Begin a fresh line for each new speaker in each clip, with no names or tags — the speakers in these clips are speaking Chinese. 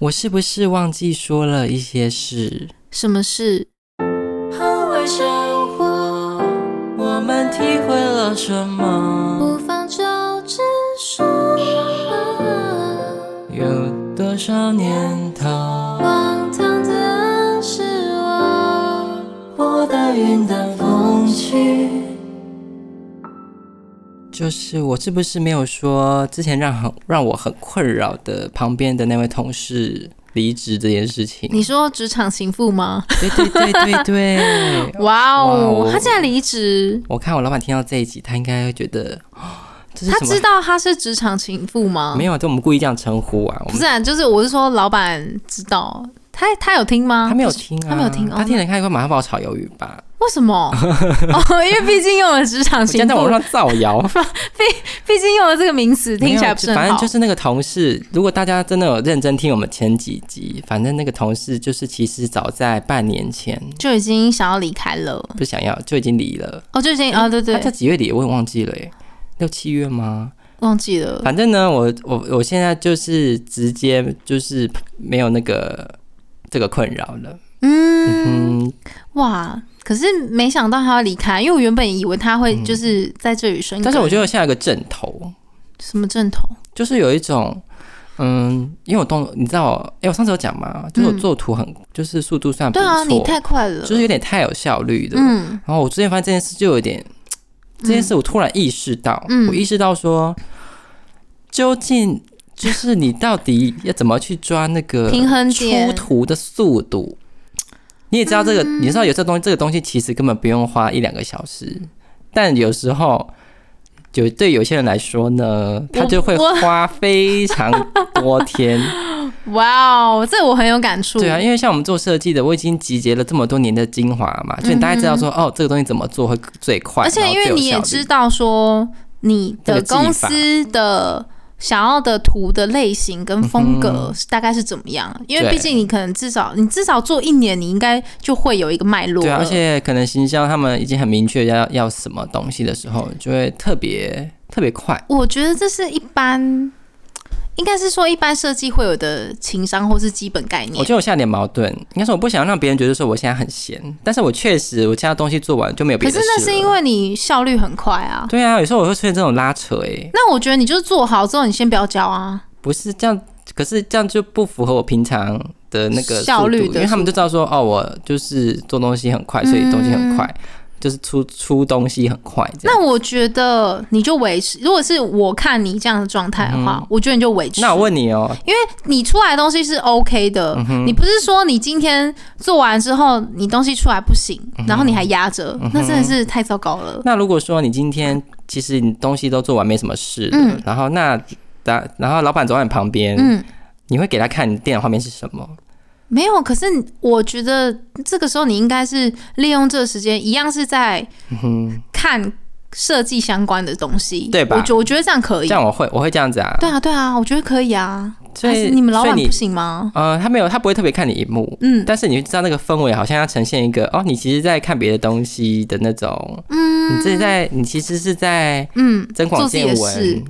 我是不是忘记说了一些事？
什么事？
捍卫生活，
我们体会了什么？
不妨就直说。
有多少年头？
荒唐的是
啊
我，我的云淡风轻。
就是我是不是没有说之前让很让我很困扰的旁边的那位同事离职这件事情？
你说职场情妇吗？
对对对对对，
哇
哇
哦
哦，
他竟然离职！
我看我老板听到这一集，他应该会觉得，哦这是
他
什么
知道他是职场情妇吗？
没有，这我们故意这样称呼啊，我
不
们
是、啊，就是我是说，老板知道他他有听吗？
他没有听啊，
他没有听哦
他听了应该会马上把我炒鱿鱼吧？
为什 么？哦，因为毕竟用了职场
我现
情
在在网
妇，
络上造谣，
毕竟用了这个名词，听起来不是
没有
很
反
好。
正就是那个同事，如果大家真的有认真听我们前几集，反正那个同事就是其实早在半年前
就已经想要离开了，
不想要就已经离了，
哦，就已经啊，对对呃
他，在几月底我也忘记了、耶，六七月吗？
忘记了。
反正呢，我我我现在就是直接就是没有那个这个困扰了。
嗯，
嗯，
哇！可是没想到他要离开，因为我原本以为他会就是在这里生根、
嗯但是我觉得现在有个枕头，
什么正统
就是有一种，嗯，因为我动，你知道，哎、我上次有讲嘛，就是我做图很，就是速度算不
嗯对
错，
啊，你太快了，
就是有点太有效率的。
嗯
然后我最近发现这件事就有点，这件事我突然意识到，
嗯
我意识到说，究竟就是你到底要怎么去抓那个
平衡点嗯
出图的速度？你也知道这个，你知道有这东西，这个东西其实根本不用花一两个小时，但有时候。就对有些人来说呢，他就会
我
花非常多天。
哇哦，这我很有感触。
对啊，因为像我们做设计的，我已经集结了这么多年的精华嘛，就你大概知道说，哦，这个东西怎么做会最快，
嗯而且
然后
因为
最有
你也
效率
知道说你的公司的想要的图的类型跟风格是大概是怎么样，因为
嗯对
毕竟你可能至少你至少做一年，你应该就会有一个脉络
对啊，而
了。
且可能行销他们已经很明确要要什么东西的时候，就会特别特别快。
我觉得这是一般，应该是说一般设计会有的情商或是基本概
我
念
觉。得我现在有点矛盾，应该是我不想让别人觉得说我现在很闲，但是我确实我其他东西做完就没有别
可
的
是
事了。
那是因为你效率很快啊。
对啊，有时候我会出现这种拉扯、欸，
那我觉得你就是做好之后，你先不要交啊。
不是这样，可是这样就不符合我平常的那个
效率的嗯
速度因为他们就知道说，哦，我就是做东西很快，所以东西很快，就是出出东西很快这样。
那我觉得你就维持，如果是我看你这样的状态的话，我觉得你就维持。
嗯那我问嗯你哦，
你出来的东西是 OK 的，你不是说你今天做完之后你东西出来不行，
嗯
然后你还压着，那真的是太糟糕了。
那如果说你今天其实你东西都做完没什么事了，
嗯
然后那然然后老板走到你旁边，
嗯，
你会给他看你电脑画面是什么？
没有，可是我觉得这个时候你应该是利用这个时间，一样是在看设计相关的东西，
对吧
我觉我觉得这样可
这
以。
样我会我会这样子啊，
对啊，对啊，我觉得可以啊。
所
还
以
是你们老板
所以
不
你
行吗？
呃，他没有，他不会特别看你一幕，
嗯
但是你知道那个氛围好像要呈现一个哦，你其实在看别的东西的那种，
嗯
你这在你其实是在
嗯，
增广
做自己
见
的
闻
事，，
你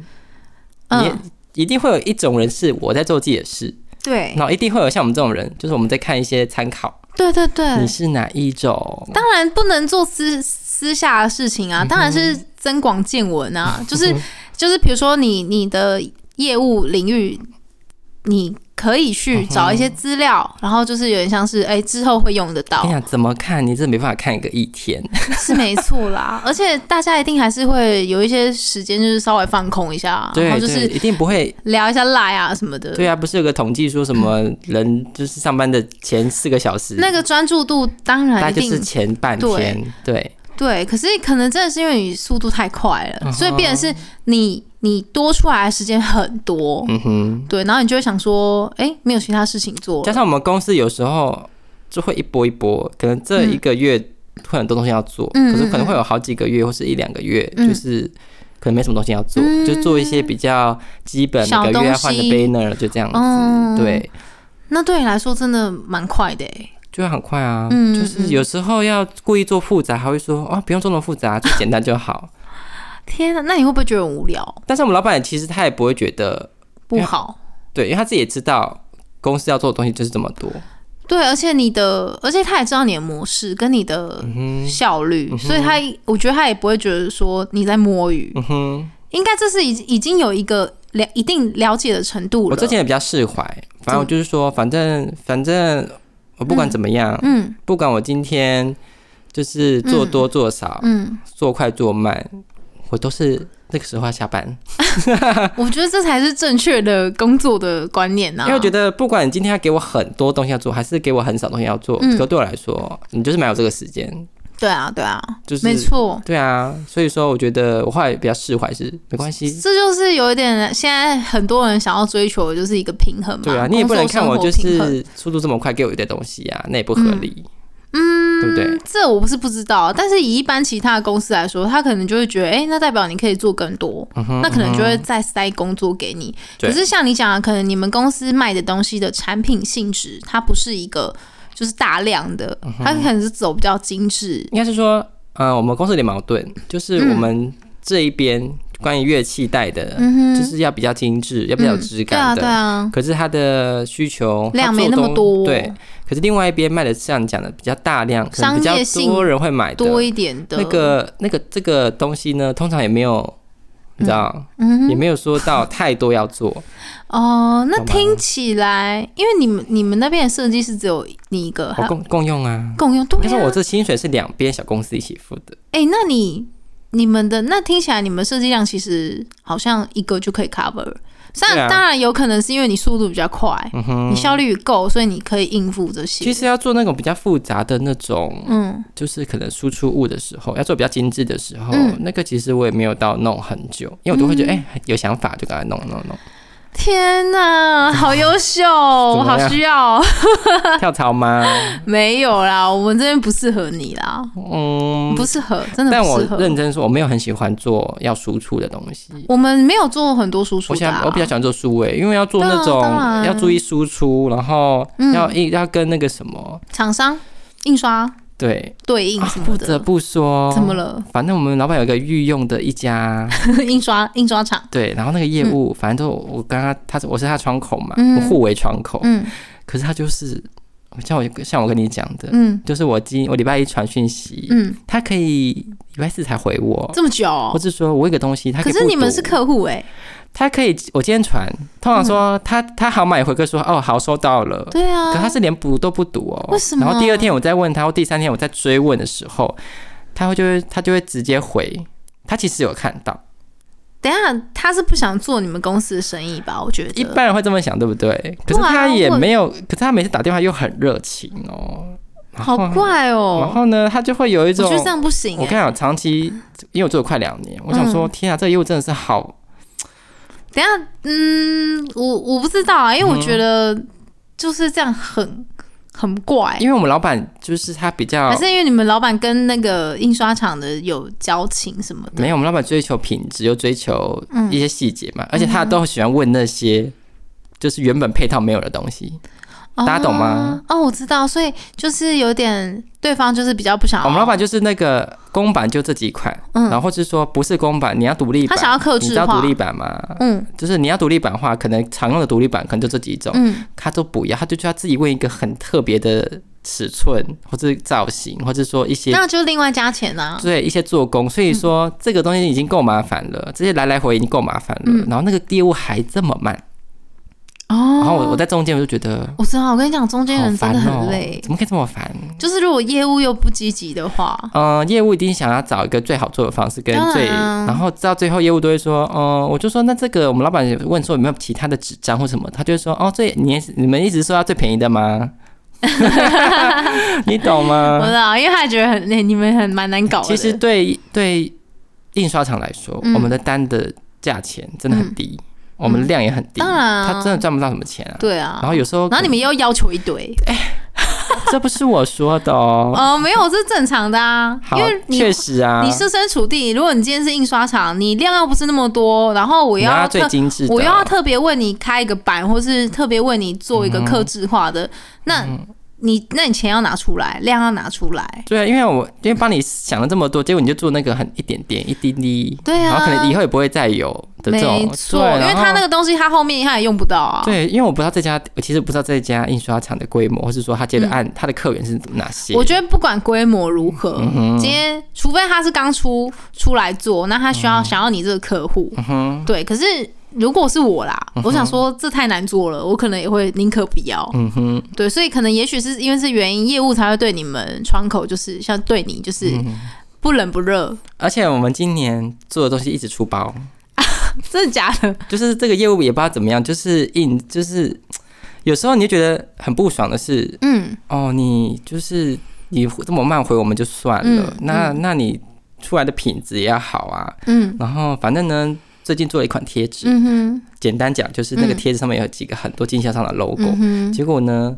嗯，
一定会有一种人是我在做自己的事，
对
然后一定会有像我们这种人，就是我们在看一些参考，
对对对，
你是哪一种？
当然不能做私私下的事
嗯
情啊，当然是增广见闻啊， 就是就是比如说你你的业务领域，你可以去
嗯
找一些资料，然后就是有点像是哎、之后会用得到
哎，呀，怎么看你这没办法看个一天，
是没 错啦。而且大家一定还是会有一些时间，就是稍微放空一下，然
对
后就
对，
是
一定不会。
聊一下赖啊什么的。
对啊，不是有个统计说什么人就是上班的前四个小时，
那个专注度当
大概
然一
就
定
是前半天，对，
对，可是可能真的是因为你速度太快了，
嗯哼
所以变成是你你多出来的时间很多，
嗯哼。
对，然后你就会想说，哎、没有其他事情做
加
了，
上我们公司有时候就会一波一波，可能这一个月会很多东西要做，
嗯
可是可能会有好几个月或是一两个月，
嗯
就是可能没什么东西要做，
嗯
就做一些比较基本
小
每个月要换的
东西
banner，就这样子，
嗯
对，
那对你来说真的蛮快的、诶
就会很快啊。
嗯
就是有时候要故意做复杂，还会说哦不用做那么复杂，就简单就 好。
天哪，那你会不会觉得很无聊？
但是我们老板其实他也不会觉得
不好，
对，因为他自己也知道公司要做的东西就是这么多。
对，而且你的，而且他也知道你的模式跟你的
嗯
效率，所以他，我觉得他也不会觉得说你在摸鱼，
嗯哼，
应该这是已已经有一个了一定了解的程度了。
我之前也比较释怀，反正我就是说，反正反正我不管怎么样，
嗯
不管我今天就是做多做少，
嗯，
做快做慢，我都是那个时候要下班，
我觉得这才是正确的工作的观念啊呐、
因为我觉得不管你今天要给我很多东西要做，还是给我很少东西要做，
嗯
可对我来说，你就是没有这个时间，
对啊，对啊，
就是
没错，
对啊，所以说我觉得我后来比较释怀，是没关系。
这就是有一点现在很多人想要追求的就是一个平衡嘛。
对啊，你也不能
工作
看我就
生活平衡
是速度这么快给我一堆东西啊，那也不合理，嗯，对不对？
这我不是不知道，但是以一般其他的公司来说，他可能就会觉得，哎、那代表你可以做更多，
嗯
那可能就会再塞工作给你。
对
可是像你讲的，可能你们公司卖的东西的产品性质，它不是一个就是大量的，
嗯
它可能是走比较精致。
应该是说，呃，我们公司有点矛盾，就是我们这一边关于乐器带的，
嗯哼
就是要比较精致，要比较有质
对
感
啊，
的。
对啊，
可是它的需求
量
它做
没那么
东
多
对。可是另外一边卖的像你讲的比较大量，可能比较
商业性
多人会买的
多一点的
那，个那个这个东西呢，通常也没有，你知道，
嗯
也没有说到太多要 做。
哦，那
懂吗
听起来，因为你们你们那边的设计师只有你一个，
我
还有
共共用啊，
共用，对
应该说
啊
我这薪水是两边小公司一起付的。
哎、那你你们的那听起来，你们设计量其实好像一个就可以 cover。虽
对
然、
啊嗯
当然有可能是因为你速度比较快，你效率够，所以你可以应付这些。
其实要做那种比较复杂的那种，
嗯，
就是可能输出物的时候，要做比较精致的时候，
嗯
那个其实我也没有到弄很久，因为我都会觉得哎、有想法就赶快弄弄弄，
天 哪，好优秀，我好需要。哦
跳槽吗？
没有啦，我们这边不适合你啦，
嗯，
不适合，真的
但
不
我
适合。啊
认真说，我没有很喜欢做要输出的东西。
我们没有做很多输出
我
的、
想
啊，
我比较喜欢做数位，因为要做
对啊
那种
当然
要注意输出，然后
嗯
要一、要跟那个什么
厂商印刷
对。
对应什
不
么的，
得不说，
怎么了？
反正我们老板有一个御用的一家，
印刷印刷厂，
对，然后那个业务，反正都我跟他，他是我是他窗口嘛，
嗯
我互为窗口。
嗯
可是他就是像我像我跟你讲的，
嗯
就是我今我礼拜一传讯息，
嗯，
他可以礼拜四才回我，
这么久哦、
或是说我有一个东西，他
可
以
是
不
你们
读
是客户哎、
他可以我今天传，通常说他他好买回个说哦好收到了，
嗯对啊，
可他是连补都不读哦，
为什么
然后第二天我再问他，或第三天我再追问的时候，他会就会他就会直接回，他其实有看到，
等一下，他是不想做你们公司的生意吧？我觉得
一般人会这么想，对不对？可是
对啊
他也
我
没有，可是他每次打电话又很热情哦，然
好
后
怪
然
哦、
后呢，他就会有一
我
种
觉得这样不行、
我跟你
欸。
讲，长期因为我做了快两年，我
嗯
想说，天啊，这个业务真的是好，
等一下，嗯，我我不知道啊，
嗯
因为我觉得就是这样很很怪，
因为我哦们老板就是他比较
哎还是因为你们老板跟那个印刷厂的有交情什么的？
没有，我们老板追求品质，又追求
嗯
一些细节嘛，而且他都喜欢问那些就是原本配套没有的东西。
哦
大家懂吗？
哦，我知道，所以就是有点对方就是比较不想要，
我们老板就是那个公版就这几款，然后或是说不是公版，你要独立版，
嗯他想要克
你
制
知道
化
独立版吗？
嗯
就是你要独立版的话，可能常用的独立版可能就这几种，
嗯
他都不要，他就叫他自己问一个很特别的尺寸，或者造型，或者说一些
那就另外加钱啊。
对一些做工，所以说这个东西已经够麻烦了，这些来来回已经够麻烦了，然后那个业务还这么慢，
嗯哦，
然后我我在中间我就觉得
我知道，我跟你讲，中间
好
人真
烦
的
哦
很累，
怎么可以这么烦？
就是如果业务又不积极的话，
嗯，业务一定想要找一个最好做的方式跟
当
最，
然啊
然后到最后业务都会说，嗯，我就说那这个我们老板问说有没有其他的纸张或什么，他就会说，哦，最你你们一直说要最便宜的 吗？你懂
我
吗？
知道，因为他觉得很、你们很蛮难搞的。
其实对对印刷厂来说，
嗯
我们的单的价钱真的很低，我们的量也很低，
当然啊
他真的赚不到什么钱啊。
对啊，
然后有时候，
然后你们又要求一堆，
这不是我说的 哦，
哦，没有，这是正常的啊，
好
因为，你
确实啊，
你设身处地，如果你今天是印刷厂，你量又不是那么多，然后我
你拿
要
到最
特
精致的，嗯
我又要特别为你开一个版，或是特别为你做一个克制化的，那你那你钱要拿出来，量要拿出来。
对啊，因为我因为帮你想了这么多，结果你就做那个很一点点一滴滴，
对啊
然后可能以后也不会再有的这种，
没错，
对
因为
然后
他那个东西，他后面他也用不到啊。
对，因为我不知道这家，我其实不知道这家印刷厂的规模，或是说他接的案，他的客源是哪些。
我觉得不管规模如何，
嗯
今天除非他是刚出出来做，那他需
嗯
要、想要你这个客户，对。可是如果是我啦，我想说这太难做了，我可能也会宁可不要，
嗯哼，
对。所以可能也许是因为这原因，业务才会对你们窗口就是像对你就是
嗯
不冷不热，
而且我们今年做的东西一直出包，
真的假的？
就是这个业务也不知道怎么样，就是硬，就是有时候你就觉得很不爽的是，
嗯，
哦，你就是你这么慢回我们就算了，
嗯
那那你出来的品质也要好啊。
嗯
然后反正呢，最近做了一款贴纸，
嗯哼
简单讲就是那个
嗯
贴纸上面有几个很多经销商的 logo，、
嗯哼
结果呢，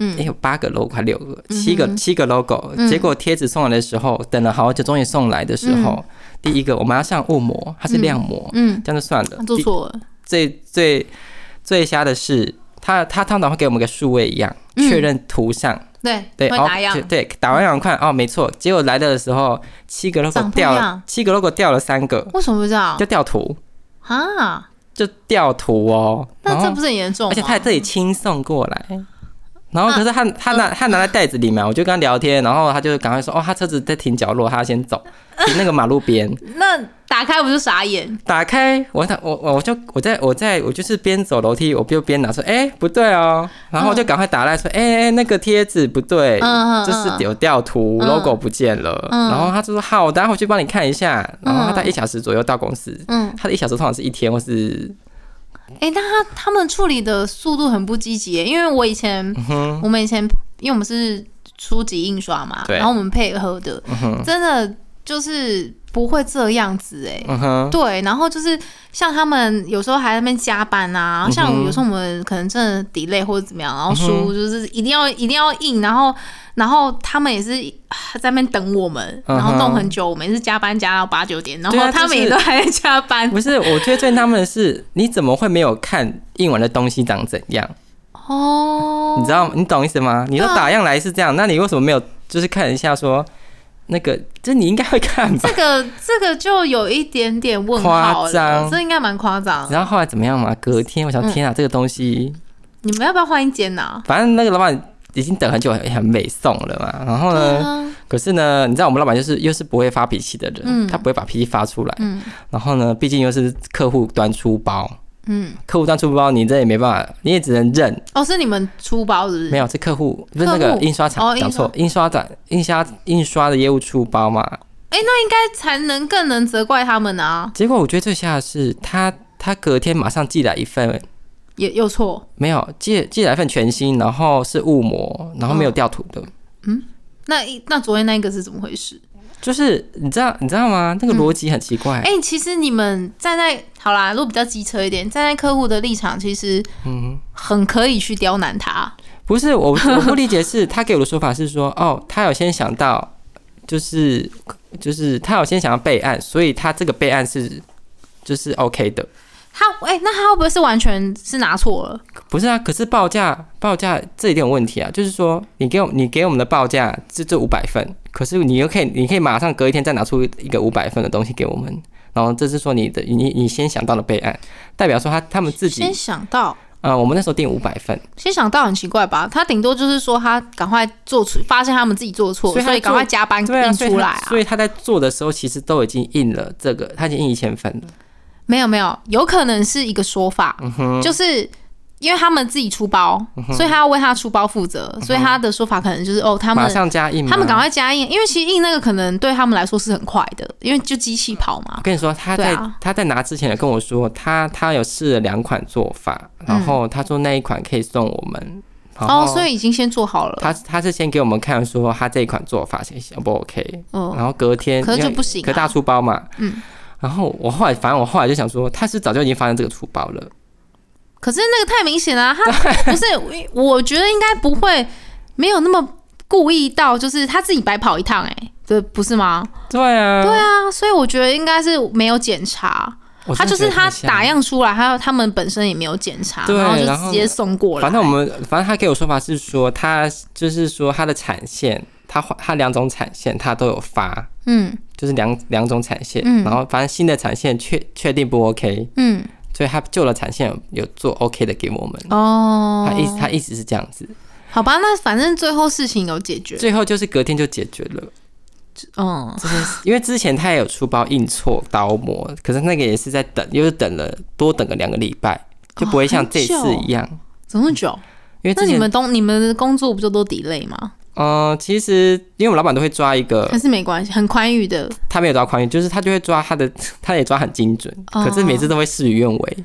哎、
嗯，
有八个 logo 还六个，七个七个 logo，、结果贴纸送来的时候，等了好久，终于送来的时候，第一个我们要上雾膜，它是亮膜，
嗯
这样就算了。
他做
第
错了，
最最最瞎的是，他他通常会给我们个数位一样，确认图上。
对
对，
嗯会
哦
打样
就，对，打完样看哦，没错。结果来的时候，七个 logo
长不一
掉
样
了，七个 logo 掉了三个，
为什么会这样
就掉图，
啊？
就掉图哦。然
那
后
这不是很严重吗？哎
而且他在这里轻送过来。然后可是他他拿
嗯
他拿在袋子里面，我就跟他聊天，然后他就赶快说哦，他车子在停角落，他要先 走，停那个马路边。
那打开不就傻眼？
打开我打我我我就我在我在我就是边走楼梯，我就边拿说哎、不对哦，然后我就赶快打来说哎哎、那个贴纸不对，
嗯嗯
就是有掉图、
嗯
logo 不见了。
嗯
然后他就说好，我待会去帮你看一下。然后他大概一小时左右到公司，
嗯，
他的一小时通常是一天或是
哎、那他他们处理的速度很不积极耶，因为我以前、
嗯
我们以前因为我们是初级印刷嘛，
对嗯
然后我们配合的，真的就是不会这样子哎。
嗯哼
对，然后就是像他们有时候还在那边加班啊，像
嗯
有时候我们可能真的 delay 或者怎么样，然后书就是一定要一定要印，然后然后他们也是啊在那边等我们，然后弄很久，我们也是加班加到八九点，然
嗯
后
对啊
他们也
就是
都还在加班，
不是，我觉得最纳闷的是，你怎么会没有看印完的东西长怎样？
哦，
你知道，你懂意思吗？你说
对啊
打样来是这样，那你为什么没有就是看一下说那个？这你应该会看吧
这？个这个就有一点点问号
夸张
了，这应该蛮夸张。
然后后来怎么样嘛？隔天我想，天啊，
嗯
这个东西，
你们要不要换一间啊呐、
反正那个老板已经等很久，很很美送了嘛。然后
对
呢，
啊，
可是呢，你知道我们老板就是又是不会发脾气的人，
嗯
他不会把脾气发出来。
嗯
然后呢，毕竟又是客户端出包，
嗯，
客户端出包，你这也没办法，你也只能认。
哦，是你们出包是不是？
没有，是客户，不是那
客
个
户
印刷厂
哦
讲
印刷
错，印刷展印刷印刷的业务出包嘛。
那才能更能责怪他们啊，
结果我觉得最吓的是他，他隔天马上寄来一份，
也又错。
没有寄寄来一份全新，然后是雾膜，然后没有调图
哦
的，
那一那昨天那个是怎么回事？
就是你知道你知道吗？那个逻辑很奇怪。
哎、其实你们站在好啦，如果比较机车一点，站在客户的立场，其实嗯，很可以去刁难他。
不是我 我不理解是，他给我的说法是说，哦，他有先想到，就是就是他有先想要备案，所以他这个备案是就是 OK 的。
他哎、那他会不会是完全是拿错了？
不是啊，可是报价报价这一点有问题啊，就是说你给我你给我们的报价这这五百份，可是你又可以你可以马上隔一天再拿出一个五百份的东西给我们，然后这是说你的你你先想到的备案，代表说他他们自己
先想到，
呃，我们那时候定五百份，
先想到很奇怪吧？他顶多就是说他赶快做出，发现他们自己做错，
所以他
所以赶快加班
对啊，
印
所以
出
他
来啊。
所以他在做的时候其实都已经印了这个，他已经印一千份了，
没有没有，有可能是一个说法，
嗯
就是因为他们自己出包，所以他要为他出包负责，
嗯
所以他的说法可能就是哦，他
马
们
上加印吗，
他们赶快加印，因为其实印那个可能对他们来说是很快的，因为就机器跑嘛
我。跟你说，他在、
对啊
他在拿之前有跟我说，他他有试了两款做法，然后他说那一款可以送我们。然
嗯哦，
后
所以已经先做好了，
他他是先给我们看说他这一款做法行行不 OK，、
哦，
然后隔天
可是就
因为
不行啊
可大出包嘛，
嗯，
然后我后来反正我后来就想说，他是早就已经发生这个出包了，
可是那个太明显了、啊，他 不是，我觉得应该不会没有那么故意到，就是他自己白跑一趟、欸，哎，对，不是吗？
对啊，
对啊，所以我觉得应该是没有检查。
我
他
真的
就
觉
是
得
他
太像
打样出来，还有他们本身也没有检查，
对
然后就
然后
直接送过来。
反正我们，反正他给我说法是说，他就是说他的产线，他换他两种产线他都有发，
嗯
就是两两种产线，
嗯
然后反正新的产线确确定不 OK，
嗯
所以他旧的产线有有做 OK 的给我们，
哦
他，一直他一直是这样子，
好吧，那反正最后事情有解决，
最后就是隔天就解决了，
嗯
这件事，因为之前他也有出包印错刀模，可是那个也是在等，又是等了多等个两个礼拜，就不会像这
哦很
次
久
一样，
怎么那么久？
因为
那
之
你
前
们东你们的工作不就都 delay 吗？
嗯、呃其实因为我们老板都会抓一个
还是没关系，很宽裕的。
他没有抓宽裕，就是他就会抓他的，他也抓很精准，
哦
可是每次都会事与愿违。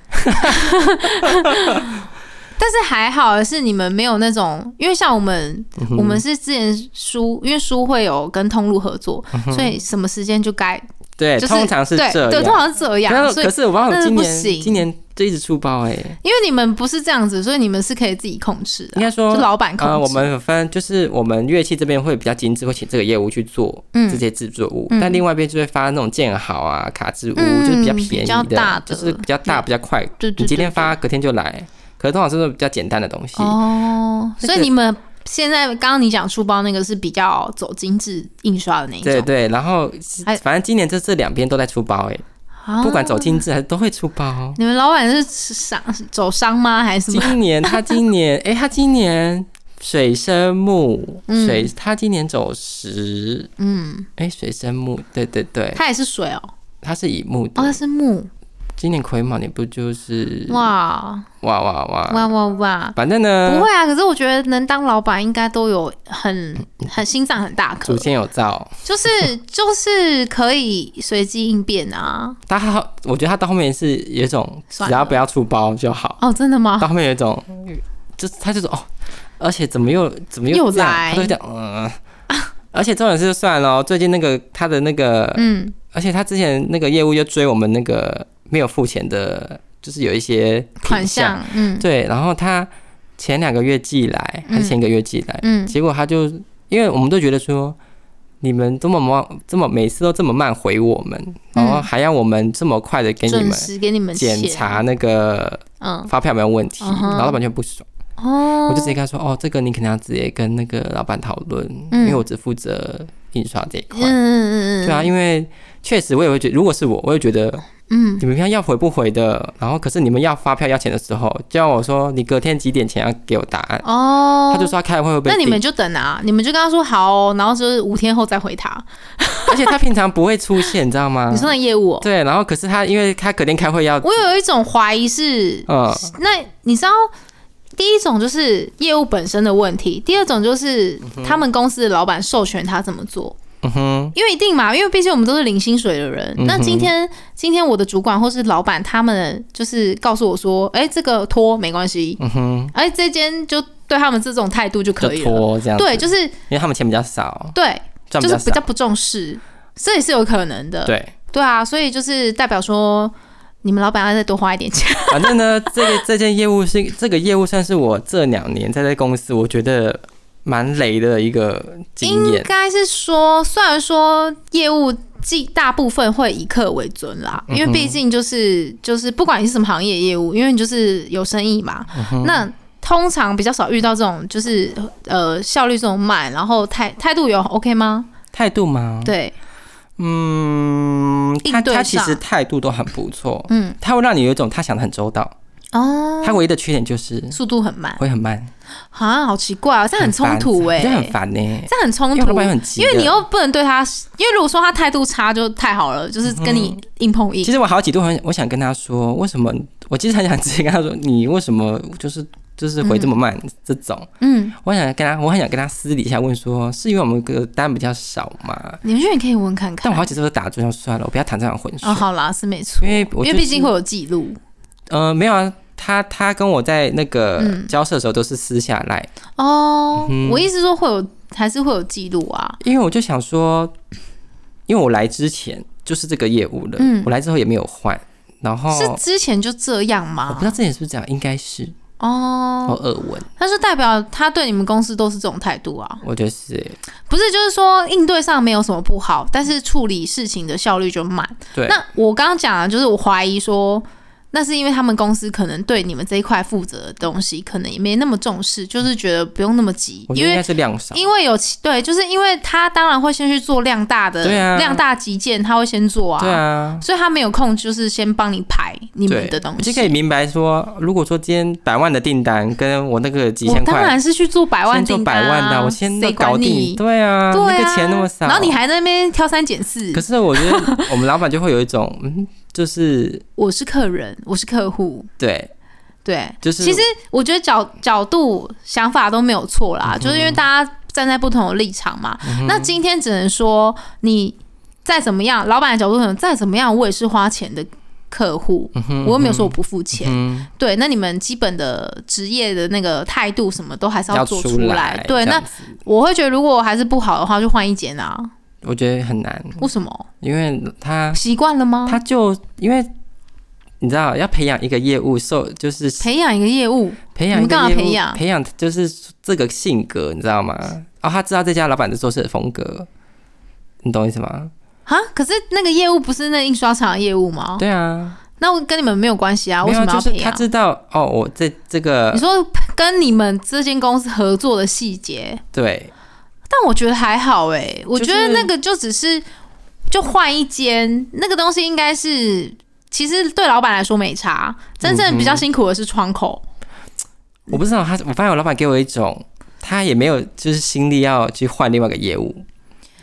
但是还好是你们没有那种，因为像我们，
嗯
我们是之前书，因为书会有跟通路合作，所以什么时间就该，
对，
就是
通嗯啊常是
对
这
对，通
样。
常是这
然
样，
后
所以
可是我忘了
但是
今
不
年
行
今年就一直出包哎、欸，
因为你们不是这样子，所以你们是可以自己控制的
应
啊，
该说
就老板控制。
呃，我们反正就是我们乐器这边会比较精致，会请这个业务去做
嗯
这些制作物，
嗯
但另外一边就会发那种建好啊、卡制物，
嗯
就是比较
比
便宜
较大的
就是比较大、比较快。
对对对
你今天发，隔天就来。可是通常是比较简单的东西，
哦，
那
所以
个
你们现在刚刚你讲书包那个是比较走精致印刷的那一种，
对对。然后
还
反正今年这这两边都在出包哎、
啊
不管走精致还是都会出包。
你们老板是商走商吗？还是什么？
今年他今年， 哎、他今年水生木，
嗯
水他今年走石，
嗯，
哎、水生木，对对对，
它也是水哦，
他是乙木的。
哦，它是木，
今年癸卯你不就是
哇
哇哇哇？
哇哇哇！
反正呢，
不会啊，可是我觉得能当老板应该都有很
嗯
很心脏很大颗
祖，先有造，
就是就是可以随机应变啊。
他好，我觉得他到后面是有一种只
算了
要不要出包就好，
哦，真的吗
到？后面有一种，就是他就说哦，而且怎么又怎么
又
这样
来
他都会讲嗯。而且重点是算了哦，最近那个他的那个
嗯，
而且他之前那个业务又追我们那个没有付钱的，就是有一些呃品
款项，嗯
对，然后他前两个月寄来，还是前一个月寄来，
嗯
结果他就因为我们都觉得说。你们这么慢，这么每次都这么慢回我们，然后还要我们这么快的给你
准
们
时给你们
检
钱，
查那个
嗯
发票有没有问题，
嗯哼
然后老板就不爽，我
哦，
就直接跟他说：“哦，这个你可能要直接跟那个老板讨论，
嗯
因为我只负责印刷这一块。
嗯嗯嗯嗯，
对啊，因为确实我也会觉得如果是我，我也觉得
嗯
你们看要回不回的，然后可是你们要发票要钱的时候，叫我说你隔天几点前要给我答案，
哦，
啊他就说他开会会被
那你们
定，
就等啊，你们就跟他说好哦、然后就是五天后再回他。
而且他平常不会出现，你知道吗
你？说那业务、哦，
对，然后可是他因为他隔天开会要，
我有一种怀疑是，
嗯，
那你知道，第一种就是业务本身的问题，第二种就是他们公司的老板授权他怎么做。
嗯哼，
因为一定嘛，因为毕竟我们都是领薪水的人。
嗯哼
那今天今天我的主管或是老板，他们就是告诉我说，哎、这个拖没关系，
嗯哼，
哎、这间就对他们这种态度就
就
可以了。
拖这样，
对，，就是
因为他们钱比较少，
对，
赚
就是比
少
较，不重视，这也是有可能的。
对，
对啊，所以就是代表说，你们老板要再多花一点钱。
反正呢，这个这件业务是这个业务算是我这两年在这公司，我觉得蛮雷的一个经
应
验，
该是说，虽然说业务既大部分会以客为尊啦，
嗯
因为毕竟就是就是不管你是什么行业业务，因为你就是有生意嘛，
嗯
那。通常比较少遇到这种，就是呃效率这种慢，然后态态度有 OK 吗？
态度吗？
对，
嗯，他
应对
他其实
上
态度都很不错，
嗯，
他会让你有一种他想的很周到，
哦，
他唯一的缺点就是
速度很慢
会很慢，
啊，好奇怪啊，这样很冲突哎、
哎，这很烦呢、
这样很冲
因为我
突
老。板很急，
因为你。又不能对他，因为如果说他态度差就太好了，就是跟你硬碰硬
嗯其。实我好几度很我想跟他说，为什么我其实很想直接跟他说，你为什么就是就是回这么慢、这种，
嗯，
我想跟他我很想跟他私底下问说，是因为我们个单比较少嘛？
你们觉得你可以问看
但
看
我。好几次都打住，就算了，我不要淌这场浑水，
哦，好啦，是没错，
因为
因
我
为
就
毕
是
竟会有记录。
呃没有啊，他他跟我在那个
嗯
交涉的时候都是私下来，
哦，
嗯哼
我意思说会有，还是会有记录啊。
因为我就想说，因为我来之前就是这个业务了，
嗯
我来之后也没有换，然后
是之前就这样
哦我不
吗
知？道之前是不是这样，应该是好
哦，
耳闻，
但是代表他对你们公司都是这种态度啊，
我觉得是欸
不是就是说应对上没有什么不好，但是处理事情的效率就慢。
对。
那我刚刚讲的就是我怀疑说，那是因为他们公司可能对你们这一块负责的东西，可能也没那么重视，就是觉得不用那么急，
我觉
因
得应
为
该是量少，
因为有其对，就是因为他当然会先去做量大的，
对啊
量大急件他会先做啊，
对，啊，
所以他没有空，就是先帮你排你
对，
们的东
你就
西。
可以明白说，如果说今天百万的订单跟我那个几
我
千
当
块，
然是去做百万
先做
订单
百
啊、
万的，我先
谁
搞
管你
定，对啊，
对
那
啊，
个钱那么少，
然后你还在那边挑三拣四
可。是我觉得 我们老板就会有一种，嗯，就是
我是客人，我是客户，
对，
对，
就是
其实我觉得角角度、想法都没有错
嗯
啦，就是因为大家站在不同的立场嘛。那今天只能说，你再怎么样，老板的角度可能再怎么样，我也是花钱的客户，我又没有说我不付钱。
嗯，
对，那你们基本的职业的那个态度什么都还是
要
做
出
来。对，
这样
那
子
我会觉得如果还是不好的话，就换一间啊。
我觉得很难，
为什么？
因为他
习惯了吗？
嗯他就因为你知道要培养一个业务受，就是
培养一个业务，
培养
你
一
们干嘛
个业务
培养
培养就是这个性格，你知道吗？哦，他知道这家老板的做事的风格，你懂我意思吗？
啊，可是那个业务不是那印刷厂的业务吗？
对啊，
那我跟你们没有关系哦啊，
没
为
有
什
啊，就
么要
是
培
他
养？
知道哦，我这这个
你说跟你们这间公司合作的细节，
对，
但我觉得还好哎、我觉
就
得
是
那个就只是就换一间，那个东西应该是其实对老板来说没差，真正比较辛苦的是窗口。
嗯我不知道他，我发现我老板给我一种他也没有就是心力要去换另外一个业务，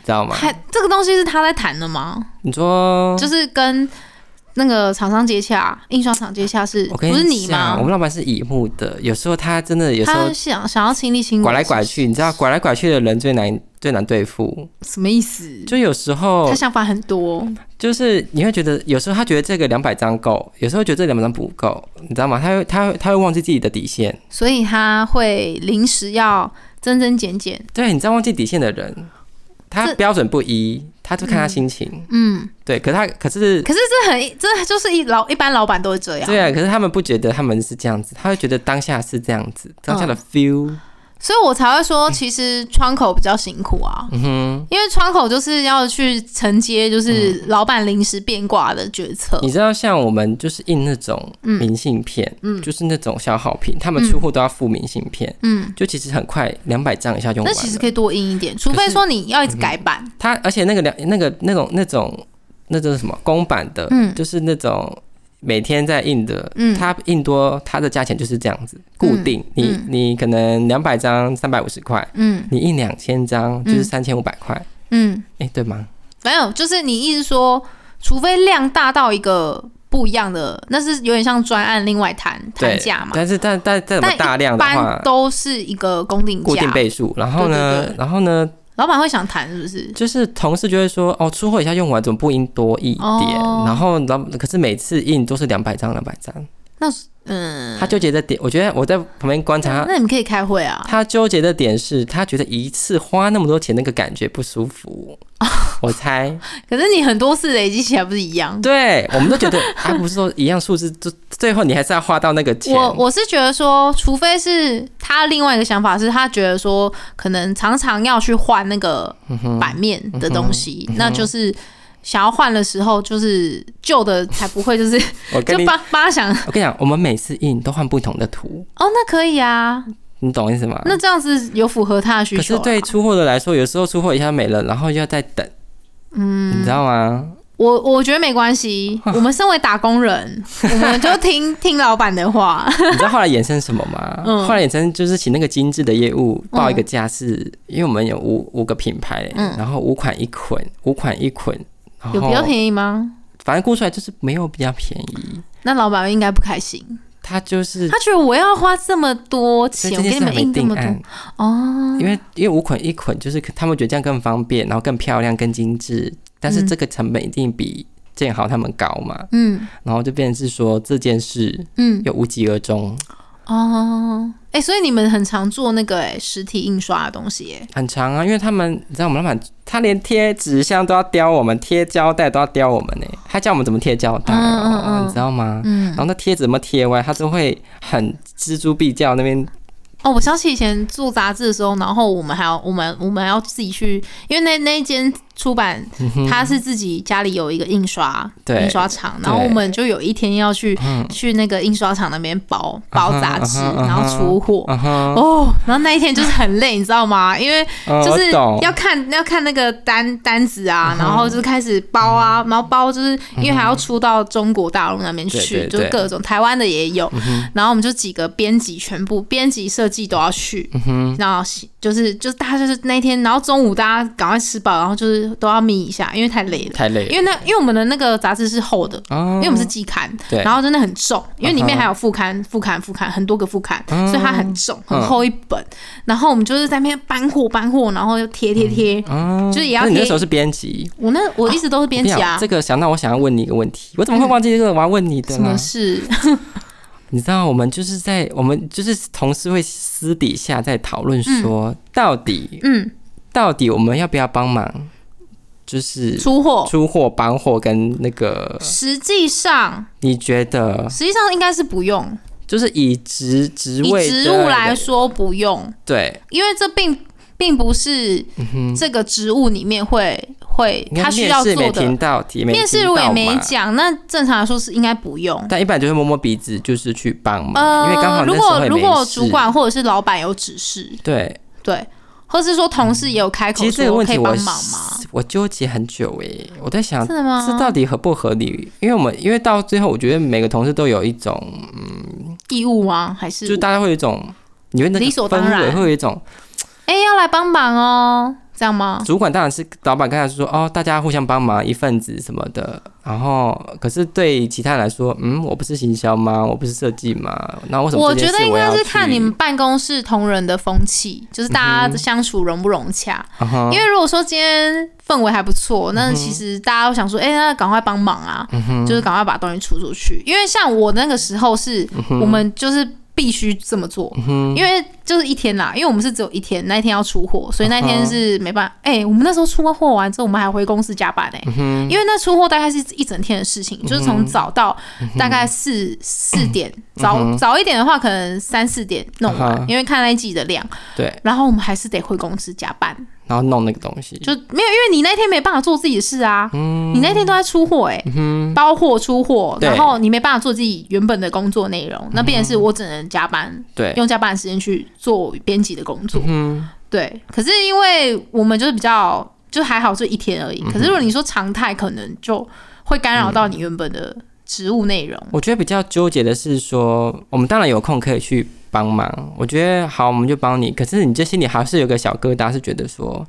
知道吗？
还这个东西是他在谈的吗？
你说
就是跟那个厂商接洽，印刷厂接洽是
我跟
不是
讲
你吗
我？们老板是乙木的，有时候他真的有时候
他想想要亲力亲为，
拐来拐去，你知道拐来拐去的人最难最难对付，
什么意思？
就有时候
他想法很多，
就是你会觉得有时候他觉得这个两百张够，有时候觉得这两百张不够，你知道吗？他会他会他会忘记自己的底线，
所以他会临时要增增减减。
对，你知道忘记底线的人，他
这
标准不一，他就看他心情，
嗯，
对，可是他可是
可是这很这就是一老一般老板都会这样，
对啊，可是他们不觉得他们是这样子，他会觉得当下是这样子，当下
嗯
的 feel，
所以我才会说，其实窗口比较辛苦啊，
嗯哼，
因为窗口就是要去承接就是
嗯
老板临时变卦的决策。
你知道像我们就是印那种明信片，就是那种消耗品，他们出货都要附明信片，
嗯，
就其实很快两百张一下用
那
完
其实
了。
可以多印一点，除非说你要一直改版，
它而且那个两那个那种那种那种什么公版的，
嗯
就是那种。每天在印的，
嗯
它印多，它的价钱就是这样子，固定。
嗯
你你可能两百张三百五十块，
嗯
你印两千张就是三千五百块，
嗯，
哎、对吗？
没有，就是你意思说，除非量大到一个不一样的，那是有点像专案另外谈
对，
谈价嘛，
但是但但但怎么
但
大量
一
的话
般，都是一个公定
固定
价，
倍数，然后呢，
对对对
然后呢，
老板会想谈是不是？
就是同事就会说，哦，出货一下用完，怎么不印多一点？
哦
然后老可是每次印都是两百张，两百张，
那是嗯，
他纠结的点，我觉得我在旁边观察他。
那你们可以开会啊。
他纠结的点是他觉得一次花那么多钱，那个感觉不舒服。
哦
我猜，
可是你很多次累积起来不是一样？
对我们都觉 得，他不是说一样数字，就最后你还是要花到那个钱。
我我是觉得说，除非是他另外一个想法是，他觉得说可能常常要去换那个
嗯
版面的东西，那就是想要换的时候，就是旧的才不会，就是
我 跟
就
你，
帮帮他想
我跟你讲，我们每次印都换不同的图，
哦，那可以啊，
你懂我意思吗？
那这样子有符合他的需
可
求
是
啊。
对出货的来说，有时候出货一下没了，然后又要再等，嗯，你知道吗？
我我觉得没 关系，我们身为打工人，我们就听听老板的话。
你知道后来衍生什么 吗？
嗯
后来衍生就是请那个精致的业务报一个价是，因为我们有五五个品牌，然后五款一捆，五款一捆，然
嗯有
后
比较便宜吗？
反正估出来就是没有比较便宜，
那老板应该不开心，
它就是
他觉得我要花这么多
所以，
钱
这
我
件
给你
事还
们
没
印这
定哎
么多
案，
哦，
因为因为五捆一捆就是他们觉得这样更方便，然后更漂亮、更精致，但是这个成本一定比建豪他们高嘛，
嗯
然后就变成是说这件事
嗯，
又无疾而终。
哦，哎、所以你们很常做那个哎、实体印刷的东西哎、
很长啊，因为他们你知道我们老板，他连贴纸箱都要雕我们，贴胶带都要雕我们呢、他教我们怎么贴胶带、
嗯嗯
哦，
嗯
你知道吗？
嗯
然，后那贴纸怎么贴歪，他都会很锱铢必较那边，
哦，我想起以前做杂志的时候，然后我们还要我们我们还要自己去，因为那那一间出版它是自己家里有一个印刷
嗯对嗯
印刷厂，然后我们就有一天要去去那个印刷厂那边包包杂志，
嗯哼嗯哼
然后出货。
嗯哼，
哦，然后那一天就是很累，你知道吗？因为
嗯
就是
我懂
要看要看那个单单子啊，
嗯
然后就是开始包啊，然后包就是因为还要出到中国大陆那边去，
对对嗯
就
对
各种台湾的也有，然后我们就几个编辑全部编辑设计都要去，
嗯
然后就是就是大家就是那天，然后中午大家赶快吃饱，然后就是都要眯一下，因为太累了。
太累了，
因为那因为我们的那个杂志是厚的，
哦
因为我们是季刊，
对嗯
然后真的很重，因为里面还有副刊、副刊、副刊很多个副刊，所以它很重，
嗯
很厚一本。然后我们就是在那边搬货、搬货，然后又贴贴贴，就是也要
啊嗯那你
贴
那时。候是编辑。
我那我一直都是编辑
我跟你
啊
讲，这个想到我想要问你一个问题，我怎么会忘记这个？我要问你的
嗯什么
呢？
事？
你知道我们就是在我们就是同事会私底下在讨论说，到底
嗯，
到底我们要不要帮忙，就是
出货。
出货、搬货跟那个，
实际上，
你觉得
实际上应该是不用，
就是以职职
以
位
植
的
物来说不用，
对，嗯
因为这并并不是这个植物里面会会
你
它
看
需
面
要
试
做
没
的
听到，也没
面试
听
如果也
到
没
嘛
讲，那正常来说是应该不用。
但一般就会摸摸鼻子，就是去帮忙，因为刚
呃
好，那
如
时候
果
也
如
没
果
事
主管或者是老板有指示，
对，
对，或是说同事也有开
其
口
实这个
说
问
可
题
以
我
帮忙吗？
我纠结很久诶，我在想
真的吗
这到底合不合理？因为我们因为到最后，我觉得每个同事都有一种，
义务吗？还
就是
是
大家会有一种，你会那个
理所当
氛围
然
会有一种
哎要来帮忙哦？这样吗？
主管当然是老板，刚才说哦，大家互相帮忙，一份子什么的。然后，可是对其他人来说，嗯，我不是行销吗？我不是设计吗？那为什么
我
这
觉
件
得
事
应
我要
该
去
是看你们办公室同仁的风气，就是大家相处融不融洽。
嗯哼
因为如果说今天氛围还不错，
嗯
那其实大家会想说，哎、那赶快帮忙啊，就是赶快把东西出出去。因为像我那个时候是，
嗯
我们就是必须这么做，因为就是一天啦，因为我们是只有一天，那一天要出货，所以那一
啊
天是没办法。哎、我们那时候出完货完之后，我们还回公司加班哎、
嗯
因为那出货大概是一整天的事情，就是从早到
嗯
大概四四点，早早一点的话可能三四点弄
啊哈
完，因为看那一季的量，
对，
然后我们还是得回公司加班。
然后弄那个东西，
就没有，因为你那天没办法做自己的事啊，你那天都在出货哎、包货出货，
嗯对嗯
然后你没办法做自己原本的工作内容，那变成是我只能加班，
对嗯
用加班的时间去做编辑的工作，对。可是因为我们就是比较，就还好，就一天而已。
嗯
可是如果你说常态，可能就会干扰到你原本的职务内容。
我觉得比较纠结的是说，我们当然有空可以去帮忙，我觉得好，我们就帮你。可是你这心里还是有个小疙瘩，是觉得说，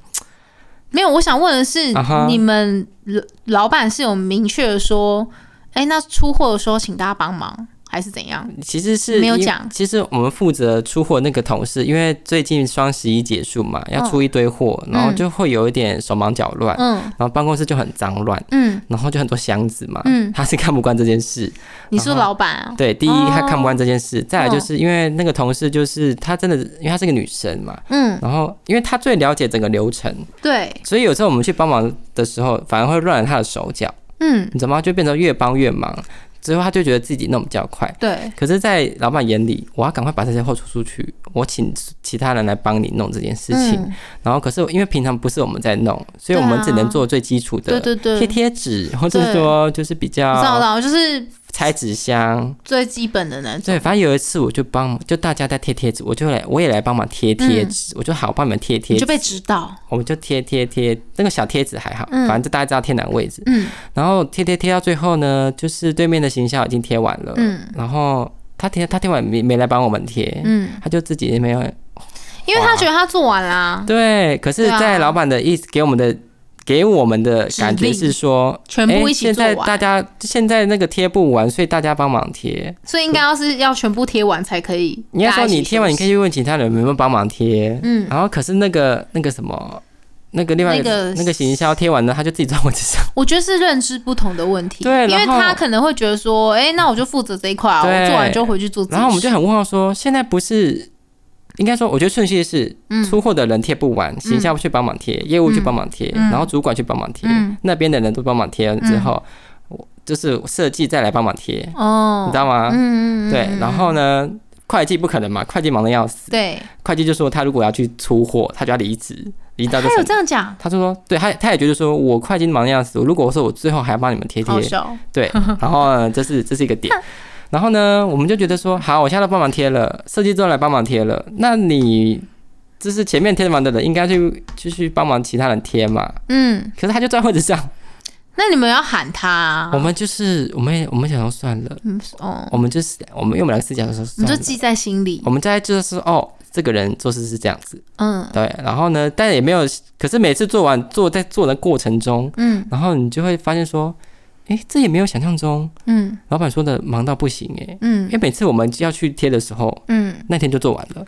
没有，我想问的是
啊哈
你们老老板是有明确的说，哎、那出货的时候请大家帮忙，还是怎样？
其实是
没有
因
讲
其实我们负责出货那个同事，因为最近双十一结束嘛，要出一堆货，然后就会有一点手忙脚乱，
嗯
然后办公室就很脏乱。
嗯，
然后就很多箱子嘛，
嗯
他是看不惯这件事。
你说老板啊？
对，第一
哦
他看不惯这件事，再来就是因为那个同事就是她真的，因为她是个女生嘛，
嗯，
然后因为她最了解整个流程，
对，
所以有时候我们去帮忙的时候，反而会乱了她的手脚，
嗯，
你知道吗？就变成越帮越忙，之后她就觉得自己弄比较快。
对，
可是，在老板眼里，我要赶快把这些货出出去，我请其他人来帮你弄这件事情。
嗯
然后，可是因为平常不是我们在弄，所以我们
对啊
只能做最基础的
对对对
贴啊贴纸，或者
对
说就是比
我知道，我知
较
道，就是
拆纸箱。
最基本的那种。
对，反正有一次我就帮，就大家在贴贴纸，我就来，我也来帮忙贴贴纸，
嗯
我就好帮你们贴贴
你
纸
就，被指导，
我们就贴贴贴，那个小贴纸还好，
嗯
反正就大家知道贴哪个位置。
嗯
然后贴贴贴到最后呢，就是对面的行销已经贴完了，
嗯
然后他贴他贴完没没来帮我们贴，
嗯，
他就自己没有
因为他觉得他做完啦，
对，可是，
对啊
在老板的意思给我们的给我们的感
指
觉
令
是说，
全部
诶
一起
现
做
在
完，
大家现在那个贴不完，所以大家帮忙贴。
所以应该要是要全部贴完才可以。
你要说你贴完，你可以
以，
去问其他人有没有帮忙贴。
嗯
然后可是那个那个什么，那个另外一
那个
那个行销贴完了，他就自己转我身上。
我觉得是认知不同的问题，
对然
因
后
为他可能会觉得说，哎、那我就负责这一块啊，
对
我做完就回去做自己
然后我们就很问号说，现在不是应该说，我觉得顺序是
嗯
出货的人贴不完，行销去帮忙贴，业务去帮忙贴，然后主管去帮忙贴，
嗯
那边的人都帮忙贴了之后，我就是设计再来帮忙贴，你
哦
知，道吗？
嗯嗯嗯，
对，然后呢，会计不可能嘛，会计忙得要死，
对，
会计就说他如果要去出货，他就要离职，离到这
他有
程
这
度。
样讲，
他就说，对他，他也觉得说，我会计忙得要死。如果我说我最后还要帮你们贴贴
好，笑，
对， 然后呢，这是这是一个点。然后呢，我们就觉得说，好，我现在都帮忙贴了，设计之后来帮忙贴了，那你就是前面贴完的人，应该去就去帮忙其他人贴嘛。
嗯，
可是他就在位置上，
那你们要喊他、啊，
我们就是我们也我们想说算了，
嗯哦，
我们就是我们因为我们两个私底下说
你
算
就
了，
记在心里
我，们在就是哦，这个人做事是这样子，
嗯
对。然后呢，但也没有，可是每次做完做在做的过程中，
嗯
然后你就会发现说，诶，这也没有想象中
嗯
老板说的忙到不行诶。因
嗯
为每次我们要去贴的时候，
嗯，
那天就做完了，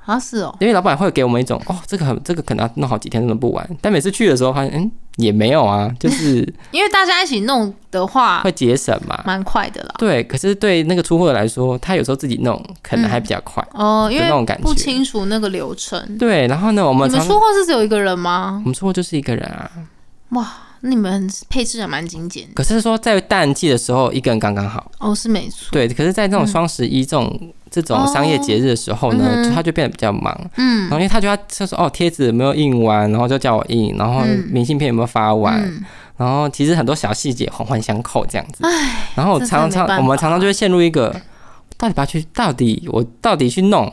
好像是哦，
因为老板会给我们一种哦，这个很这个可能要弄好几天都弄不完，但每次去的时候发现，嗯，也没有啊，就是
因为大家一起弄的话，
会啊节省嘛。
蛮快的啦，
对，可是对那个出货的来说，他有时候自己弄可能还比较快
哦，
的
因
那
为
种感
不
觉。
清楚那个流程。
对，然后呢，我们
你们
常
出货是只有一个人吗
我？们出货就是一个人啊，
那你们配置也蛮精简的
可是说在淡季的时候，一个人刚刚好。
哦，是没错。嗯哦
对，可是，在那种双十一这种、这种商业节日的时候呢，
哦嗯
就他就变得比较忙。
嗯
然后因为他就要他说哦贴纸有没有印完，然后就叫我印，然后
嗯
明信片有没有发完，
嗯
然后其实很多小细节环环相扣这样子。然后我
这
常
真的没
常
办
我们
法
常常就会陷入一个到底把它去到底我到底去弄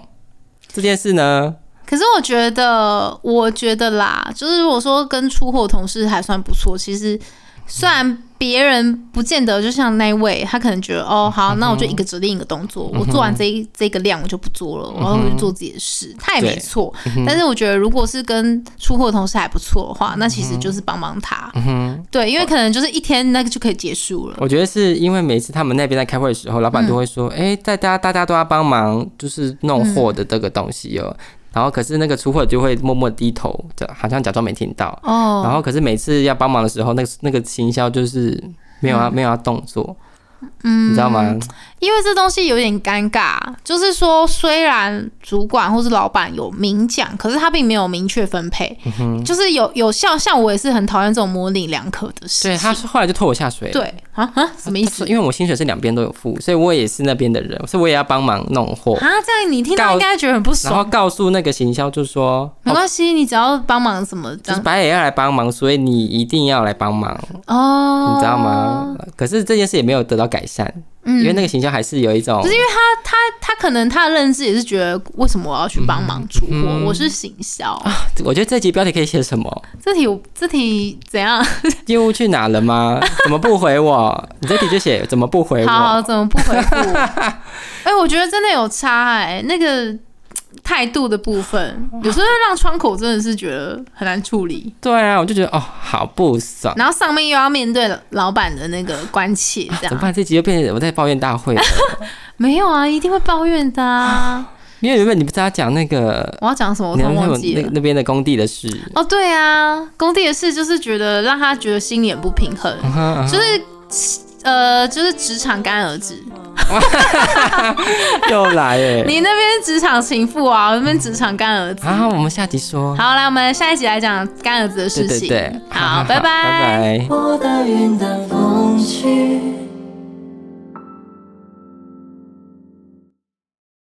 这件事呢？
可是我觉得，我觉得啦，就是如果说跟出货同事还算不错，其实虽然别人不见得，就像那一位，他可能觉得哦，好，那我就一个指令一个动
嗯
作，我做完这一这个量我就不做了，然后我就做自己的事，他也没
对嗯
错。但是我觉得，如果是跟出货同事还不错的话，那
嗯
其实就是帮帮他，对，因为可能就是一天那个就可以结束了。
我觉得是因为每次他们那边在开会的时候，老
嗯
板都会说，哎、大家大家都要帮忙，就是弄货的这个东西哦。
嗯
然后可是那个出货就会默默低头，这好像假装没听到。
哦，
然后可是每次要帮忙的时候，那个那个行销就是没有要、没有要动作，嗯，你知道吗？
因为这东西有点尴尬，就是说，虽然主管或是老板有明讲，可是他并没有明确分配，就是有有像像我也是很讨厌这种模棱两可的事
对，他
情。
是后来就拖我下水。
对啊啊，什么意
他
思
说，因为我薪水是两边都有付，所以我也是那边的人，所以我也要帮忙弄货。
啊？这样你听
告
到应该觉得很不
然后
爽。
告诉那个行销，就说
没关系，你只要帮忙什么
就
这
是
样
白也要来帮忙，所以你一定要来帮忙，
哦，
你知道？吗？可是这件事也没有得到改善，
嗯
因为那个行销还是有一种，
他可能他的认知也是觉得，为什么我要去帮忙出货？
嗯
我是行销，
我觉得这集标题可以写什么？
这题我这题怎样？
业务去哪了 吗？怎么不回我？你这题就写怎么不回
好，
我？
怎么不 回复？哎、我觉得真的有差哎、那个态度的部分，有时候会让窗口真的是觉得很难处理，
对啊，我就觉得哦，好不爽。
然后上面又要面对老板的那个关切，这
怎么
样
办？这集又变成我在抱怨大 会了。
没有啊，一定会抱怨的啊。
因为原本你不是要讲那个
我要讲什么，我
你
突然
们
忘记
那
了。
那边的工地的事，
哦，对啊，工地的事就是觉得让他觉得心里很不平衡，
嗯
就是呃，就是职场干儿子，
又来哎、
你那边职场情妇啊，我那边职场干儿子。
啊，我们下集说。
好，来，我们下一集来讲干儿子的
对
事
对
情。
对，
好，
拜
拜
拜。
我的云淡风轻，